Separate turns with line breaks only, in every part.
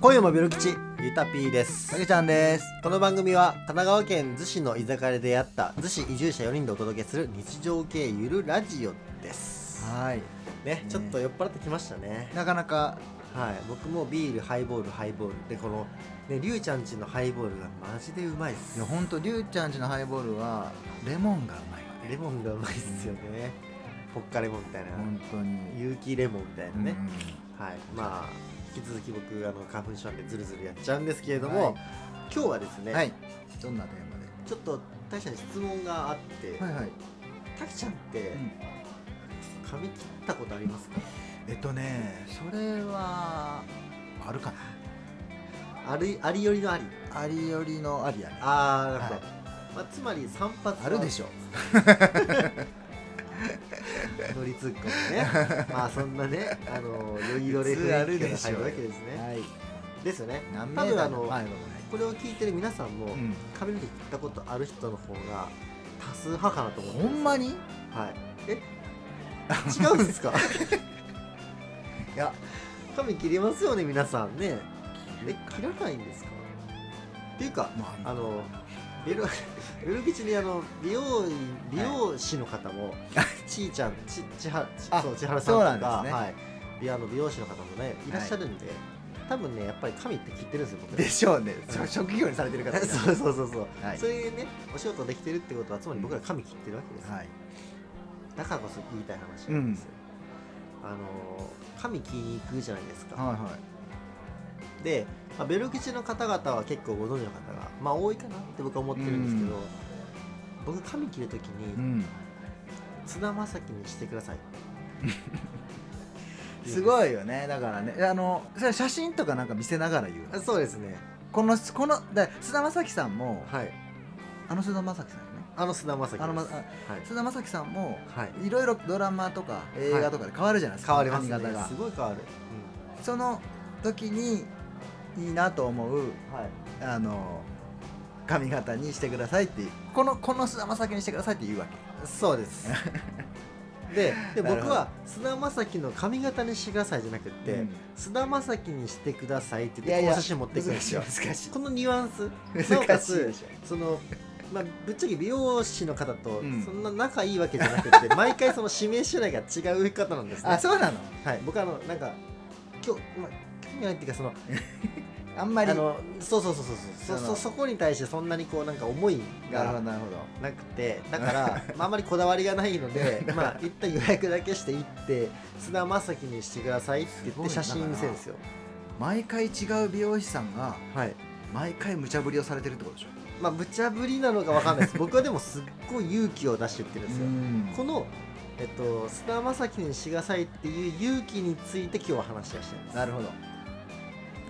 今夜もベロ吉
ゆたぴーです
たけちゃんです
この番組は神奈川県逗子の居酒屋で出会った逗子移住者4人でお届けする日常系ゆるラジオです
はい
ねちょっと酔っ払ってきましたね
なかなか
はい僕もビールハイボールハイボールでこのねりゅうちゃんちのハイボールがマジでうまいっ
い
す
やほんとりゅうちゃんちのハイボールはレモンがうまいよね
レモンがうまいっすよねポッカレモンみたいな
本当に
有機レモンみたいなね
う、ん
はいまあ引き続き僕あの花粉症なんでズルズルやっちゃうんですけれども、
はい
今日はですね、
はいどんなテーマで
ちょっと大した質問があって、
はいはい、
たきちゃんって髪切ったことありますか、
えっとねそれはあるか
ありありよりのあり
なありよりのありやね
ああなるほど、
はい
まあ、つまり散髪は
あるでしょ
乗りツッコミね まあそんなねあのよりどれ
普通ある
雰囲気
で
が
し
入
ょ
るわけですね、
はい
ですよね
何メ
多
ー
分
タ
あ
ーの
の
前のね
これを聞いてる皆さんも、
うん
髪の毛切ったことある人の方が多数派かなと思って
ほんまにい
はい え違うんです か
や
髪切りますよね皆さんねえ
るか
切らないんですかっていうか
まあ
あのベ ルベル吉にあの美容院美容師の方 も、ちーちゃんちちはち
あ
そう千原さん
そうなん
とか
ですね
はい美あの美容師の方もねいらっしゃるんで、多分ねやっぱり髪って切ってるんですよ僕
でしょうね
うん
職業にされてる方 が
そうそうそうそう、
はい
そういうねお仕事できてるってことはつまり僕ら髪切ってるわけです、
はい
だからこそ言いたい話なんですよ、あの髪切りに行くじゃないですか、
はいはい
で、まあ、ベル吉の方々は結構ご存知の方が、まあ、多いかなって僕は思ってるんですけど、僕髪切るとき
う
に
ん、
津田将暉にしてください
すご
い
いよねだからねあのそれは写真とかなんか見せながら言うの
そうですね
このこのだから菅田将暉さんも
はい
あの菅田将暉さんよね
あの菅田将暉です
あのまあ
はい、
菅田将暉さんも
はい、
いろいろドラマとか映画とかで変わるじゃないですか、
変わりますね
髪型が
すごい変わる、
その時にいいなと思う
うんはい、
あの髪型にしてくださいってこのこの菅田将暉にしてくださいって言うわけ
そうです でで
なるほど
僕は菅田将暉の髪型にしてくださいじゃなくって、
うん
菅田将暉にしてくださいって
い
言っ
やい
て
や
この写真持ってくるんですよ
難しい難しい
このニュアンスなおか
難しい
つ
でしょ
その、まあ、ぶっちゃけ美容師の方と
うん
そんな仲いいわけじゃなくて、 毎回その指名種類が違う方なんですね
あそうなの
はい僕あのなんか今日、まあ、興味ないっていうかその
あんま
あ
り
のそうそうそうそうそう
あ
そ
の
そそこに対してそんなにこうなんか思い
なるほど
が
なるほど
なく てだから、まあ、あんまりこだわりがないのでまあ一旦予約だけして行って菅田将暉にしてくださいって言って写
すごい
真
な
見せるんですよ
毎回違う美容師さんが
はい
毎回無茶ぶりをされてるってことでしょ
まあ無茶ぶりなのかわかんないです僕はでもすっごい勇気を出して言ってるんですよこの、えっと、菅田将暉にしてくださいっていう勇気について今日は話をしてます
なるほど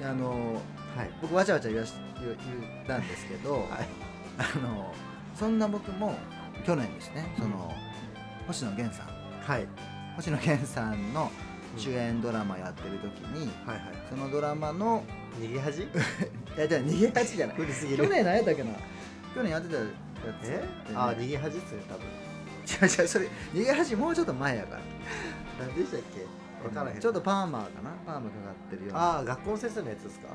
あの
はい
僕わちゃわちゃ言わし言う言ったんですけど、
はい
あのそんな僕も去年ですねその、星野源さん
はい
星野源さんの主
うん
演ドラマやってる時に
はいはい
そのドラマの
逃げ恥
いやじゃあ逃げ恥じゃない
無理すぎ
去
る
年何やったっけな去年やってたやつ
え
でね
あ逃げ恥っすね多分
違う違うそれ逃げ恥もうちょっと前やから
何でしたっけ分からへん
ちょっとパーマーかなパーマかかってるような
ああ学校の先生のやつですか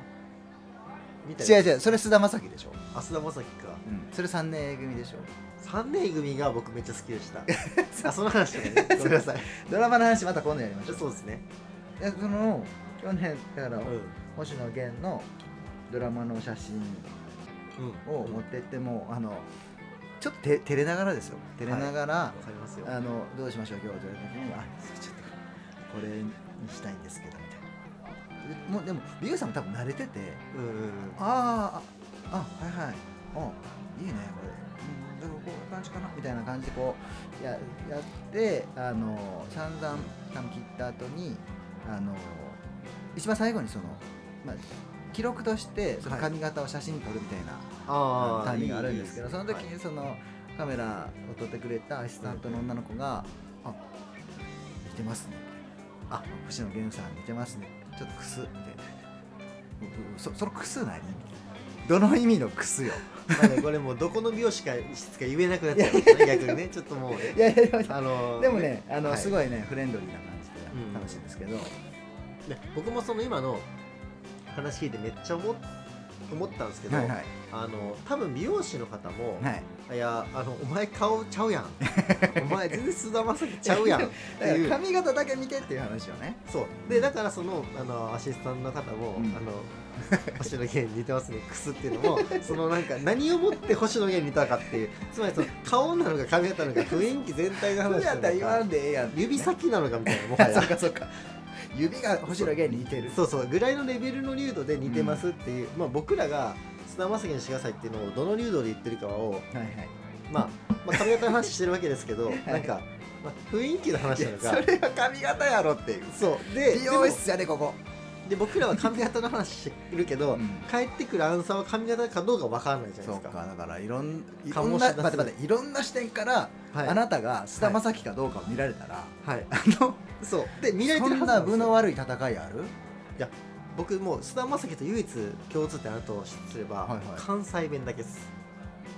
みたいな
違う違うそれ菅田将暉でしょ、
あ菅田将暉か
うん、それ3年 A 組でしょ
3年組が僕めっちゃ好きで したあその話も ねごめんなさい
ドラマの話また今度やりましょう
そうですね
いやその去年だから、
う
星野源のドラマの写真
ん
を持ってっても、あのちょっとて照れながらですよ照れながら、
わかりますよ
あのどうしましょう今日と言われた時にあちょっとこれにしたいんですけどみたいなでもうでも美容師さんも多分慣れてて
うんうんうん
あーああはいはいおいいねこれ、うん、でもこういう感じかなみたいな感じでこうややってあの散々髪切った後にあの一番最後にその、まあ、記録としてその髪型を写真に撮るみたいな
ああ
タイミングがあるんですけど
いい
その時
はい
にそのカメラを撮ってくれたアシスタントの女の子が「あ似てますね」
あ
星野源さん似てますね」ちょっとクス」みたいなううそ「そのクス何?」みたいな「どの意味のクスよ
まあね、これもうどこの美容師か室か言えなくなっちゃいますね逆にねちょっともう」ね
いやいやいや
あのー
でもねあの、
はい
すごいねフレンドリーな感じで
うん
楽しいんですけど、
ね僕もその今の話聞いてめっちゃ思っ思ったんですけど、
はいはい
あの多分美容師の方も、
はい
い、やあのお前顔ちゃうやんお前全然菅田将暉ちゃうやんって
だか
い
ら
う
髪型だけ見てっていう話よね
そうでだからそのあのアシスタントの方も、
うん
あの 星野源に似てますねクスっていうのも そのなんか何をもって星野源に似たかっていうつまりその顔なのか髪型なのか雰囲気全体の
それ
話な
やっ
の
たら言わ
か
んでええやん
指先なのかみたいなもは
あ
や
そうかそうか指が星野源に似てる
そうそうぐらいのレベルの流度で似てますっていう、まあ、僕らが菅田将暉にしてくださいっていうのをどの流度で言ってるかを、
はいはい
まあ、まあ髪型の話してるわけですけど、なんか、まあ、雰囲気の話なのか
それは髪型やろっていう
そうで
美容
でも
室やねここ、
で僕らは髪型の話してるけど、帰ってくるアンサーは髪型かどうかわからないじゃない
そう
ですか
かだからいろんいろ
醸
ん
し
な
出
待
す
って待っていろんな視点から、
はい、
あなたが菅田将暉かどうかを見られたら、
はい、
あの
そうで見られて
そ
るはず
ん
な
なん
です
分
よ
の悪い戦いある
僕もう菅田将暉と唯一共通点あるとすれば、
はいはい
関西弁だけです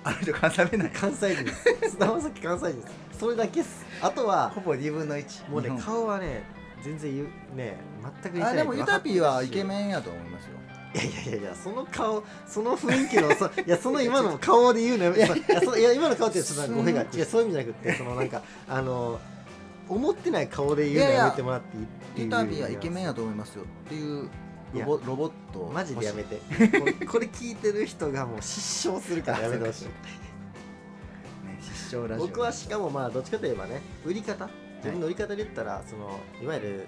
あの人関西弁ない
関西人です 菅田将暉関西人ですそれだけですあとは
ほぼ2分の1
もうね
日本
顔はね全然ゆね全く似てない
あでもユタピーはイケ
ン
メンやと思いますよ
いやいやいやいやその顔その雰囲気のそいやその今の顔で言うのやめいやいやそいや今の顔ってちょっと語弊がいやそういう意味じゃなくてそのなんかあの思ってない顔で言うのやめてもらっていいっていう
ユタピーはイケメンやと思いますよっていうロボロボット
マジでやめてこれこれ聞いてる人がもう失笑するからやめてほしい
ね失笑ラジオ
僕はしかもまあどっちかといえばね売り方自分の売り方で言ったら、そのいわゆる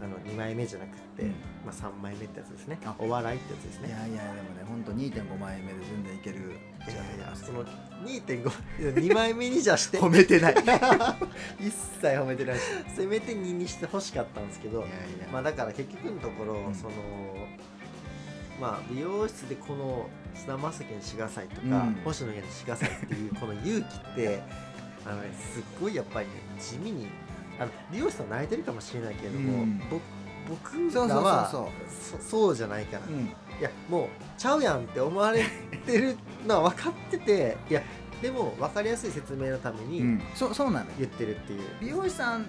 あの2枚目じゃなくって、
うん
まあ、3枚目ってやつですね
あ
お笑いってやつです
い
ね
やいやでもね本当2.5枚目で全然いける
いやいやその2.5 2枚目にじゃして
褒めてない 一切褒めてないし
せめて2にしてほしかったんですけど
いや
まあだから結局のところ、
うん
そのまあ美容室でこの菅田将暉にしがさいとか、
うん
星野源にしがさいっていうこの勇気 ってあのねすっごいやっぱりね地味にあの美容師さん慣れてるかもしれないけれども、
うん
ぼ僕
そう
ら
そう
は
そう
そそうじゃないから、
う
い
ん
やもうちゃうやんって思われてるのは分かってていやでも分かりやすい説明のため
う
に
んそうそうなのよ
言ってるっていう、
美容師さん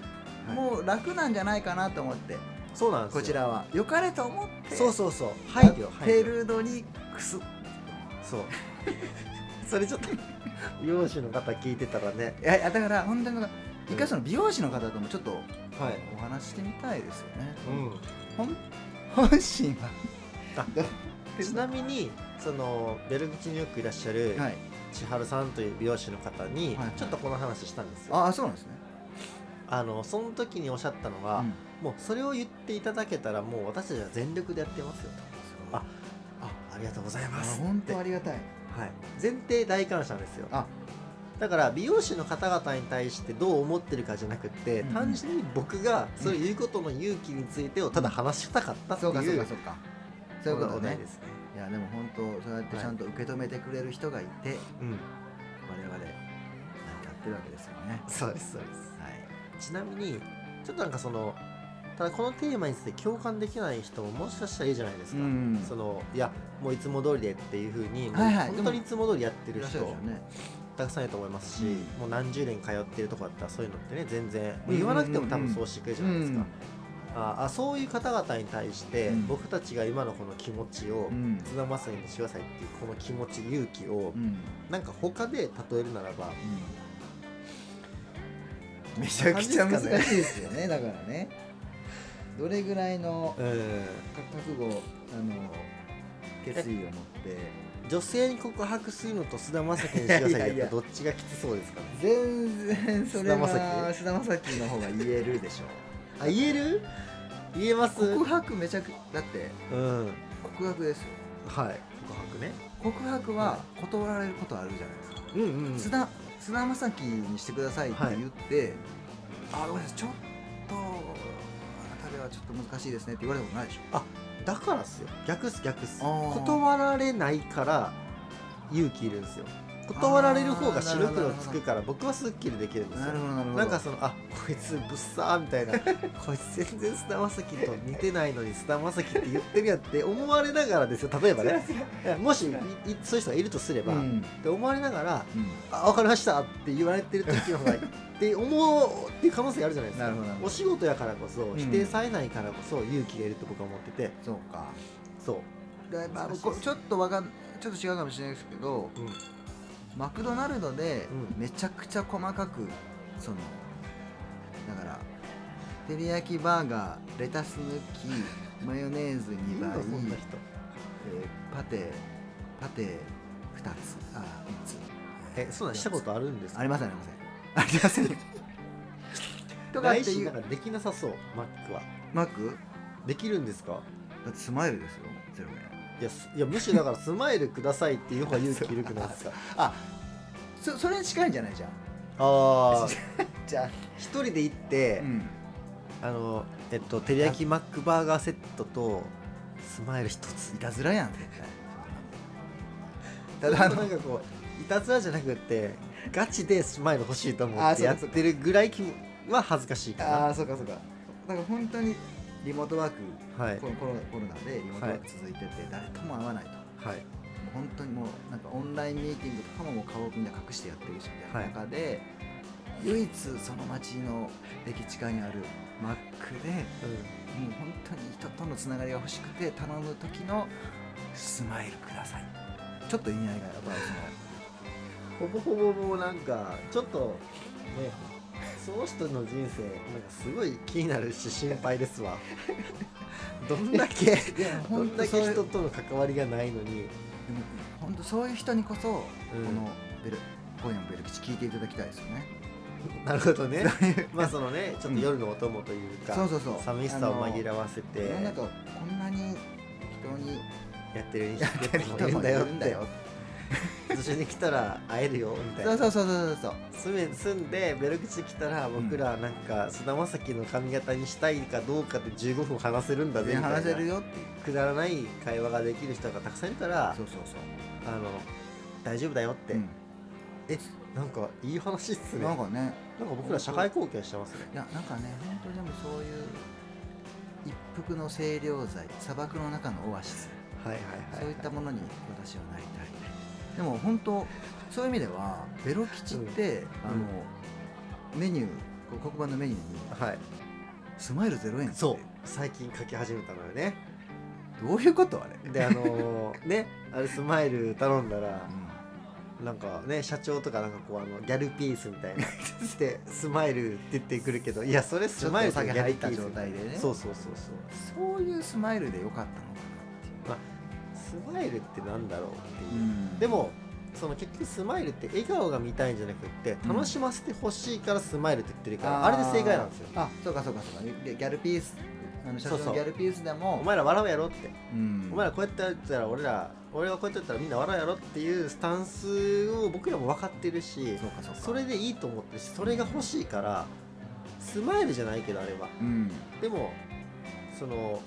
も楽なんじゃないかなと思って
そうなんですよ
こちらは良かれと思って
そうそうそう配慮配
ペ
慮
ルドにクスい
そう それちょっと美容師の方聞いてたらね
やいやだから本当になんか
うん
一回その美容師の方ともちょっと
はい
お話ししてみたいですよね、
う
本本心は
ん、ちなみにそのベル口によくいらっしゃる
はい
千春さんという美容師の方に
はいはい
ちょっとこの話したんですよ、
ああそうなんですね
あのその時におっしゃったの
あ
は、もうそれを言っていただけたらもう私たちは全力でやってますよとああありがとうございます
本
って
当ありがたい
はい、前提大感謝ですよ
あ
だから美容師の方々に対してどう思ってるかじゃなくって、
うんうん
単純に僕がそういう言うことの勇気についてをただ話したかったってい
そう
う
かそうかそうかそういうこと
お題
ね
ですね、
いやでも本当そうやってちゃんと受け止めてくれる人がいて、
うん、
我々なんかやってるわけですよね
そうですそうです
はい
ちなみにちょっとなんかそのただこのテーマについて共感できない人ももしかしたらいいじゃないですか、
うん
そのいやもういつも通りでっていうふうに、もう
はいはい
本当にいつも通りやって
い
る
らっし
人
ゃるでしょうね
たくさんいると思いますし、
うん
もう何十年通ってるとこだったらそういうのってね全然
うんうんうんうん
言わなくても多分そうしてくれるじゃないですか、ああそういう方々に対して、
うん
僕たちが今のこの気持ちを
うん
津田正にしてくださいっていうこの気持ち勇気を、
うん
なんか他で例えるならば
うんめちゃくちゃ難しい
感じ
ですよ ねだからねどれぐらいの
うん
覚悟あの決意を持って
女性に告白するのと菅田将暉にしてくだ
いや
さい
い
って
や
どっちがきつそうですかね
全然それは
菅田
菅田将暉の方が言えるでしょ
あ言える言えます
告白めちゃくだって
うんはい
告白ですよ
告白ね
告白は断られることあるじゃないですか
うんうん
菅田菅田将暉にしてくださいって言って、あごめんなさいちょっとあなたではちょっと難しいですねって言われたことないでしょ
だからっすよ逆っす逆っす
あー
断られないから勇気いるんですよ断られる方が白黒つくから僕はスッキリできるんですよ
ほどなる
なんかそのあこいつぶっさーみたいなこいつ全然菅田将暉と似てないのに菅田将暉って言ってるやんって思われながらですよ例えば ねもしいいそういう人がいるとすれば、
うん
って思われながら
うん
あ分かりましたって言われてる時の 方がいいって思うっていう可能性があるじゃないですか
なるほどなるほど
お仕事やからこそ
ん
否定されないからこそ勇気がいると僕は思ってて、
そうか
そ
だまあ
難しい
こ
ですね
ちょっとわかんちょっと違うかもしれないですけど、
う、うん、
マクドナルドで
う
めちゃくちゃ細かくそのだから照り焼きバーガーレタス抜きマヨネーズ2
いる
倍
の、そんな人
えーパテパテ2つあ3つ
えそんなんしたことあるんです
あ
か
りませんありませんありませんとかっ
来
て
週
い
なん
う
かできなさそうマックは
マック
できるんですか
だってスマイルですよゼロ円
いやすいやむしろだからスマイルくださいっていう方が勇気いるくない ですか
あそそれに近いんじゃないじゃん
ああ
じゃ
一人で行っ
あ
て、
うん
あのえっと照り焼きマックバーガーセットとスマイル一つ
いたずらやん絶
た
対た
だ
だあ
な
の
んかこういたずらじゃなくってガチでスマイル欲しいと思
あ
って
ーそう
や
か
っってるぐらい気もは恥ずかしい
あ
か
あそうかそうかだから本当にリモートワーク
なはい
このコロコロナでリモートワーク続いてて誰とも会わないと、
はい
本当にもうなんかオンラインミーティングとかももう顔をみんな隠してやってるしみたいな中で、唯一その町の駅近にあるマックでもう本当に人とのつながりが欲しくて頼む時の「スマイルください」ちょっと意味合いがやっぱ
うん、ほぼほぼもうなんかちょっとねその人の人生なんかすごい気になるし心配ですわどんだけ
その いや
どんだけ
そういう
人との関わりがないのに
でも本当そういう人にこそ、
うん
このベル今夜のベルキチ聞いていただきたいですよね。
なるほど ね まあそのねちょっと夜のお供というか、
そうそうそう。
寂しさを紛
わ
らわせて
世の中をこんなに人に
やってる飲
や
食店もい
人
る
も
ん
い
だよっ
るんだ
て
よ。
一緒に来たら会えるよみたい
そう
な
そうそうそうそう。
住め住んでベル口来たら僕らなんか菅田将暉の髪型にしたいかどうかで15分話せるんだぜみたいな
話せるよっていう。
くだらない会話ができる人がたくさんいるから
そうそうそう。
あの大丈夫だよって、
うん
えなんかいい話っすねなん
な
んか
かね、
僕ら社会貢献してますね
いやなんかね、本当でもそういう一服の清涼剤、砂漠の中のオアシス、
はいはいはい
そういったものに私はなりたい。でも本当そういう意味ではベロ吉って、あのメニューこう黒板のメニューに
はい
スマイルゼロ円って
そう最近書き始めたのよね
どういうことあれ、
であの ーねあれスマイル頼んだら
う
なんかね社長とかなんかこうあのギャルピースみた いなしてスマイルって言ってくるけどいやそれスマイルとギャルピース
ちょっとお酒入った状態でね、
そうそうそうそうん
そういうスマイルでよかったのかなっていう
スマイルってなんだろうっていう、
ん
でもその結局スマイルって笑顔が見たいんじゃなくって
うん
楽しませてほしいからスマイルって言ってるから、
ー
あれで正解なんですよ
あそうかそうかそうかでギャルピースあの社長
そうそ
の
う
ギャルピースでも
お前ら笑うやろって、
うん
お前らこうやってやったら俺ら俺がこうやってやったらみんな笑うやろっていうスタンスを僕らも分かってるし
そうかそうか
それでいいと思ってるしそれが欲しいからスマイルじゃないけどあれは
うん
でもその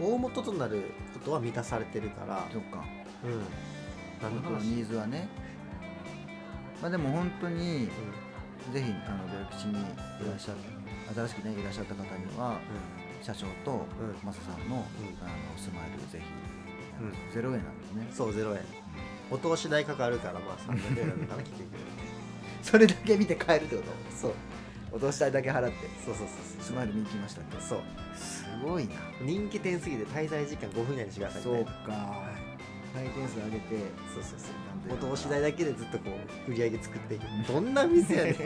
大元となることは満たされてるから
そっか
うんなん
僕
だ
の
ろうし
ニーズはねまあでも本当に
うん
ぜひあのベル吉にいらっしゃる新しくねいらっしゃった方には社長と
うんうん
マサさんの,、
ん
あのスマイルぜひ、
うん
ゼロ円なんですね
そう0円お通し代かかるからまあ300円だから来てくれる
それだけ見て帰るってこと
そう
お通し代だけ払って
そうそう
スマイル見に来ましたって
そうそう
すごいな
人気店すぎて滞在時間5分以内にしてくださいみたいな
か回転数上げて
そうそうそう
なんで
お通し代だけでずっとこう売り上げ作っていくどんな店やねん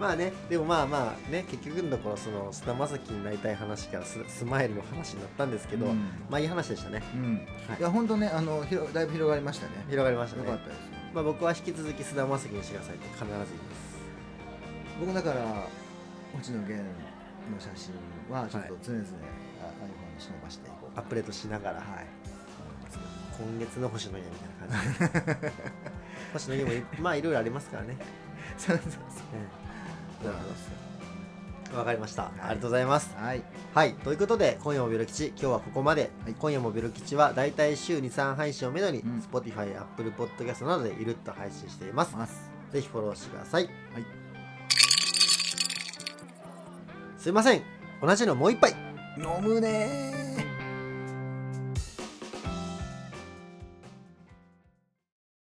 まあねでもまあまあね結局のところその菅田将暉になりたい話からススマイルの話になったんですけど、
うん
まあいい話でしたね
うん
はい
いや本当ねあのひろだいぶ広がりましたね
広がりました
よ
ね
かったですよ
まあ、僕は引き続き菅田将暉にしてくださいって必ず言います
僕だから星野源の写真はちょっと常々、あ iPhone に忍ばしていこう
アップデートしながら、
はい思います
今月の星野源みたいな感じで 星野源もいまあいろいろありますからね
そうそうそう
うん
なるほどですよ
わ、かりました、ありがとうございます
はい
はいということで今夜もベロ吉今日はここまで、
はい
今夜もベロ吉はだいたい週23配信をめどに、
うん
Spotify、Apple Podcast などでゆるっと配信しています
ます
ぜひフォローしてください、
はい
すいません同じのもう一杯
飲むねー